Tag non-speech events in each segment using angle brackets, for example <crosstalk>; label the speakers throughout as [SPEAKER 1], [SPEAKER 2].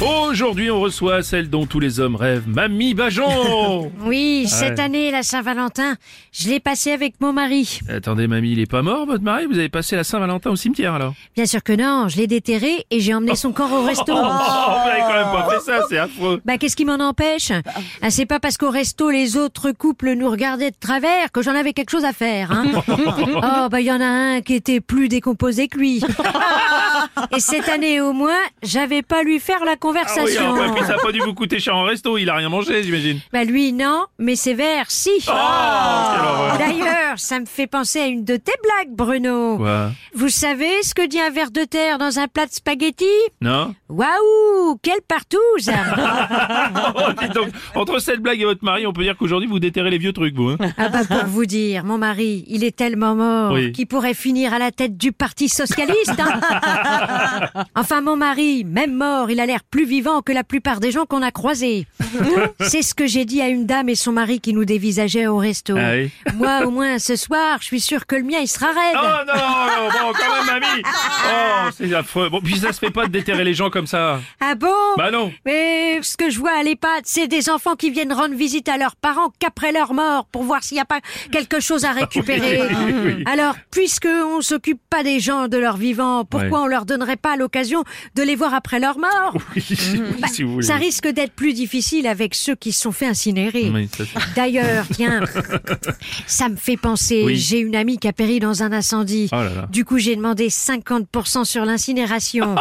[SPEAKER 1] Aujourd'hui, on reçoit celle dont tous les hommes rêvent, Mamie Bajon
[SPEAKER 2] Oui, cette
[SPEAKER 1] ouais.
[SPEAKER 2] année, la Saint-Valentin, je l'ai passée avec mon mari.
[SPEAKER 1] Eh, Attendez, Mamie, il est pas mort, votre mari Vous avez passé la Saint-Valentin au cimetière, alors
[SPEAKER 2] Bien sûr que non, je l'ai déterré et j'ai emmené son corps au restaurant.
[SPEAKER 1] <laughs> Oh, vous avez quand même pas fait ça, c'est affreux
[SPEAKER 2] Bah, qu'est-ce qui m'en empêche ah, C'est pas parce qu'au resto, les autres couples nous regardaient de travers que j'en avais quelque chose à
[SPEAKER 1] <laughs>
[SPEAKER 2] faire. Hein. oh, bah, il y en a un qui était plus décomposé que
[SPEAKER 1] <laughs>
[SPEAKER 2] lui. et cette année, au moins, j'avais pas lui faire la
[SPEAKER 1] Ah oui,
[SPEAKER 2] conversation.
[SPEAKER 1] enfin, puis ça a pas dû vous coûter cher en resto, il a rien mangé, j'imagine
[SPEAKER 2] Bah, lui, non, mais ses verres, si.
[SPEAKER 1] Oh, quelle horreur
[SPEAKER 2] D'ailleurs, ça me fait penser à une de tes blagues, Bruno.
[SPEAKER 1] Quoi
[SPEAKER 2] Vous savez ce que dit un verre de terre dans un plat de spaghettis
[SPEAKER 1] Non
[SPEAKER 2] Waouh Quelle partouze
[SPEAKER 1] Oh, dites donc, entre cette blague et votre mari, on peut dire qu'aujourd'hui, vous déterrez les vieux trucs, vous, hein
[SPEAKER 2] Ah bah pour vous dire, mon mari, il est tellement mort
[SPEAKER 1] Oui.
[SPEAKER 2] qu'il pourrait finir à la tête du parti
[SPEAKER 1] <laughs>
[SPEAKER 2] socialiste. hein. enfin mon mari, même mort, il a l'air plus vivant que la plupart des gens qu'on a croisés.
[SPEAKER 1] <laughs>
[SPEAKER 2] C'est ce que j'ai dit à une dame et son mari qui nous dévisageaient au resto.
[SPEAKER 1] Ah oui.
[SPEAKER 2] Moi au moins ce soir, je suis sûre que le mien il sera
[SPEAKER 1] Oh
[SPEAKER 2] raide.
[SPEAKER 1] non, non, bon, quand même, Mamie Oh, c'est affreux Bon, puis ça se fait pas de déterrer les gens comme ça
[SPEAKER 2] Ah bon
[SPEAKER 1] Bah non
[SPEAKER 2] Mais ce que je vois à l'EHPAD, c'est des enfants qui viennent rendre visite à leurs parents qu'après leur mort pour voir s'il n'y a pas quelque chose à récupérer.
[SPEAKER 1] Ah oui,
[SPEAKER 2] <laughs>
[SPEAKER 1] oui.
[SPEAKER 2] Alors, puisque on s'occupe pas des gens de leur vivant, pourquoi
[SPEAKER 1] Ouais.
[SPEAKER 2] on leur donnerait pas l'occasion de les voir après leur mort
[SPEAKER 1] Oui, si vous voulez.
[SPEAKER 2] Ça risque d'être plus difficile avec ceux qui se sont fait incinérer.
[SPEAKER 1] Oui, ça, c'est-
[SPEAKER 2] D'ailleurs,
[SPEAKER 1] <laughs>
[SPEAKER 2] tiens, ça me fait penser,
[SPEAKER 1] Oui.
[SPEAKER 2] j'ai une amie qui a péri dans un incendie.
[SPEAKER 1] Oh là là.
[SPEAKER 2] Du coup, j'ai demandé 50% sur l'incinération.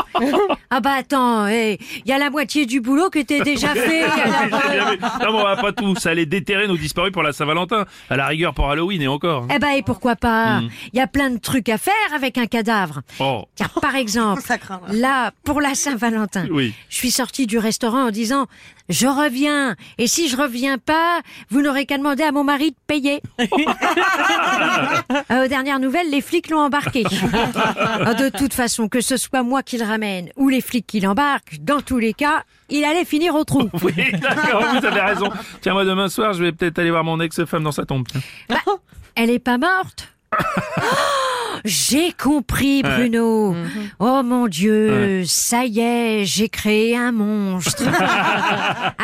[SPEAKER 2] ah bah attends, il y a la moitié du boulot qui était déjà fait.
[SPEAKER 1] Oui, j'ai <laughs> bien vu. Non, mais on va pas tout. Ça allait déterrer nos disparus pour la Saint-Valentin. À la rigueur pour Halloween et encore. hein.
[SPEAKER 2] Eh bah et pourquoi pas Il y a plein de trucs à faire avec un cadavre.
[SPEAKER 1] Oh,
[SPEAKER 2] Car par exemple, là, pour la Saint-Valentin,
[SPEAKER 1] Oui. <laughs>
[SPEAKER 2] je suis sortie du restaurant en disant « Je reviens, et si je reviens pas, vous n'aurez qu'à demander à mon mari de payer. Euh, aux dernières nouvelles, les flics l'ont embarqué. Ah, de toute façon, que ce soit moi qui le ramène ou les flics qui l'embarquent, dans tous les cas, il allait finir au trou.
[SPEAKER 1] oui, d'accord, vous avez raison. Tiens, moi, demain soir, je vais peut-être aller voir mon ex-femme dans sa tombe. tiens.
[SPEAKER 2] Elle est pas morte Oh, J'ai compris, Bruno. Oh mon Dieu, ça y est, j'ai créé un monstre.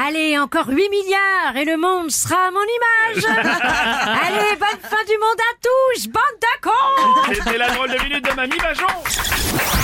[SPEAKER 2] Allez, encore 8 milliards et le monde sera à mon image. Allez, bonne fin du monde à tous, bande de cons
[SPEAKER 1] C'était la drôle de minute de Mamie Bajon.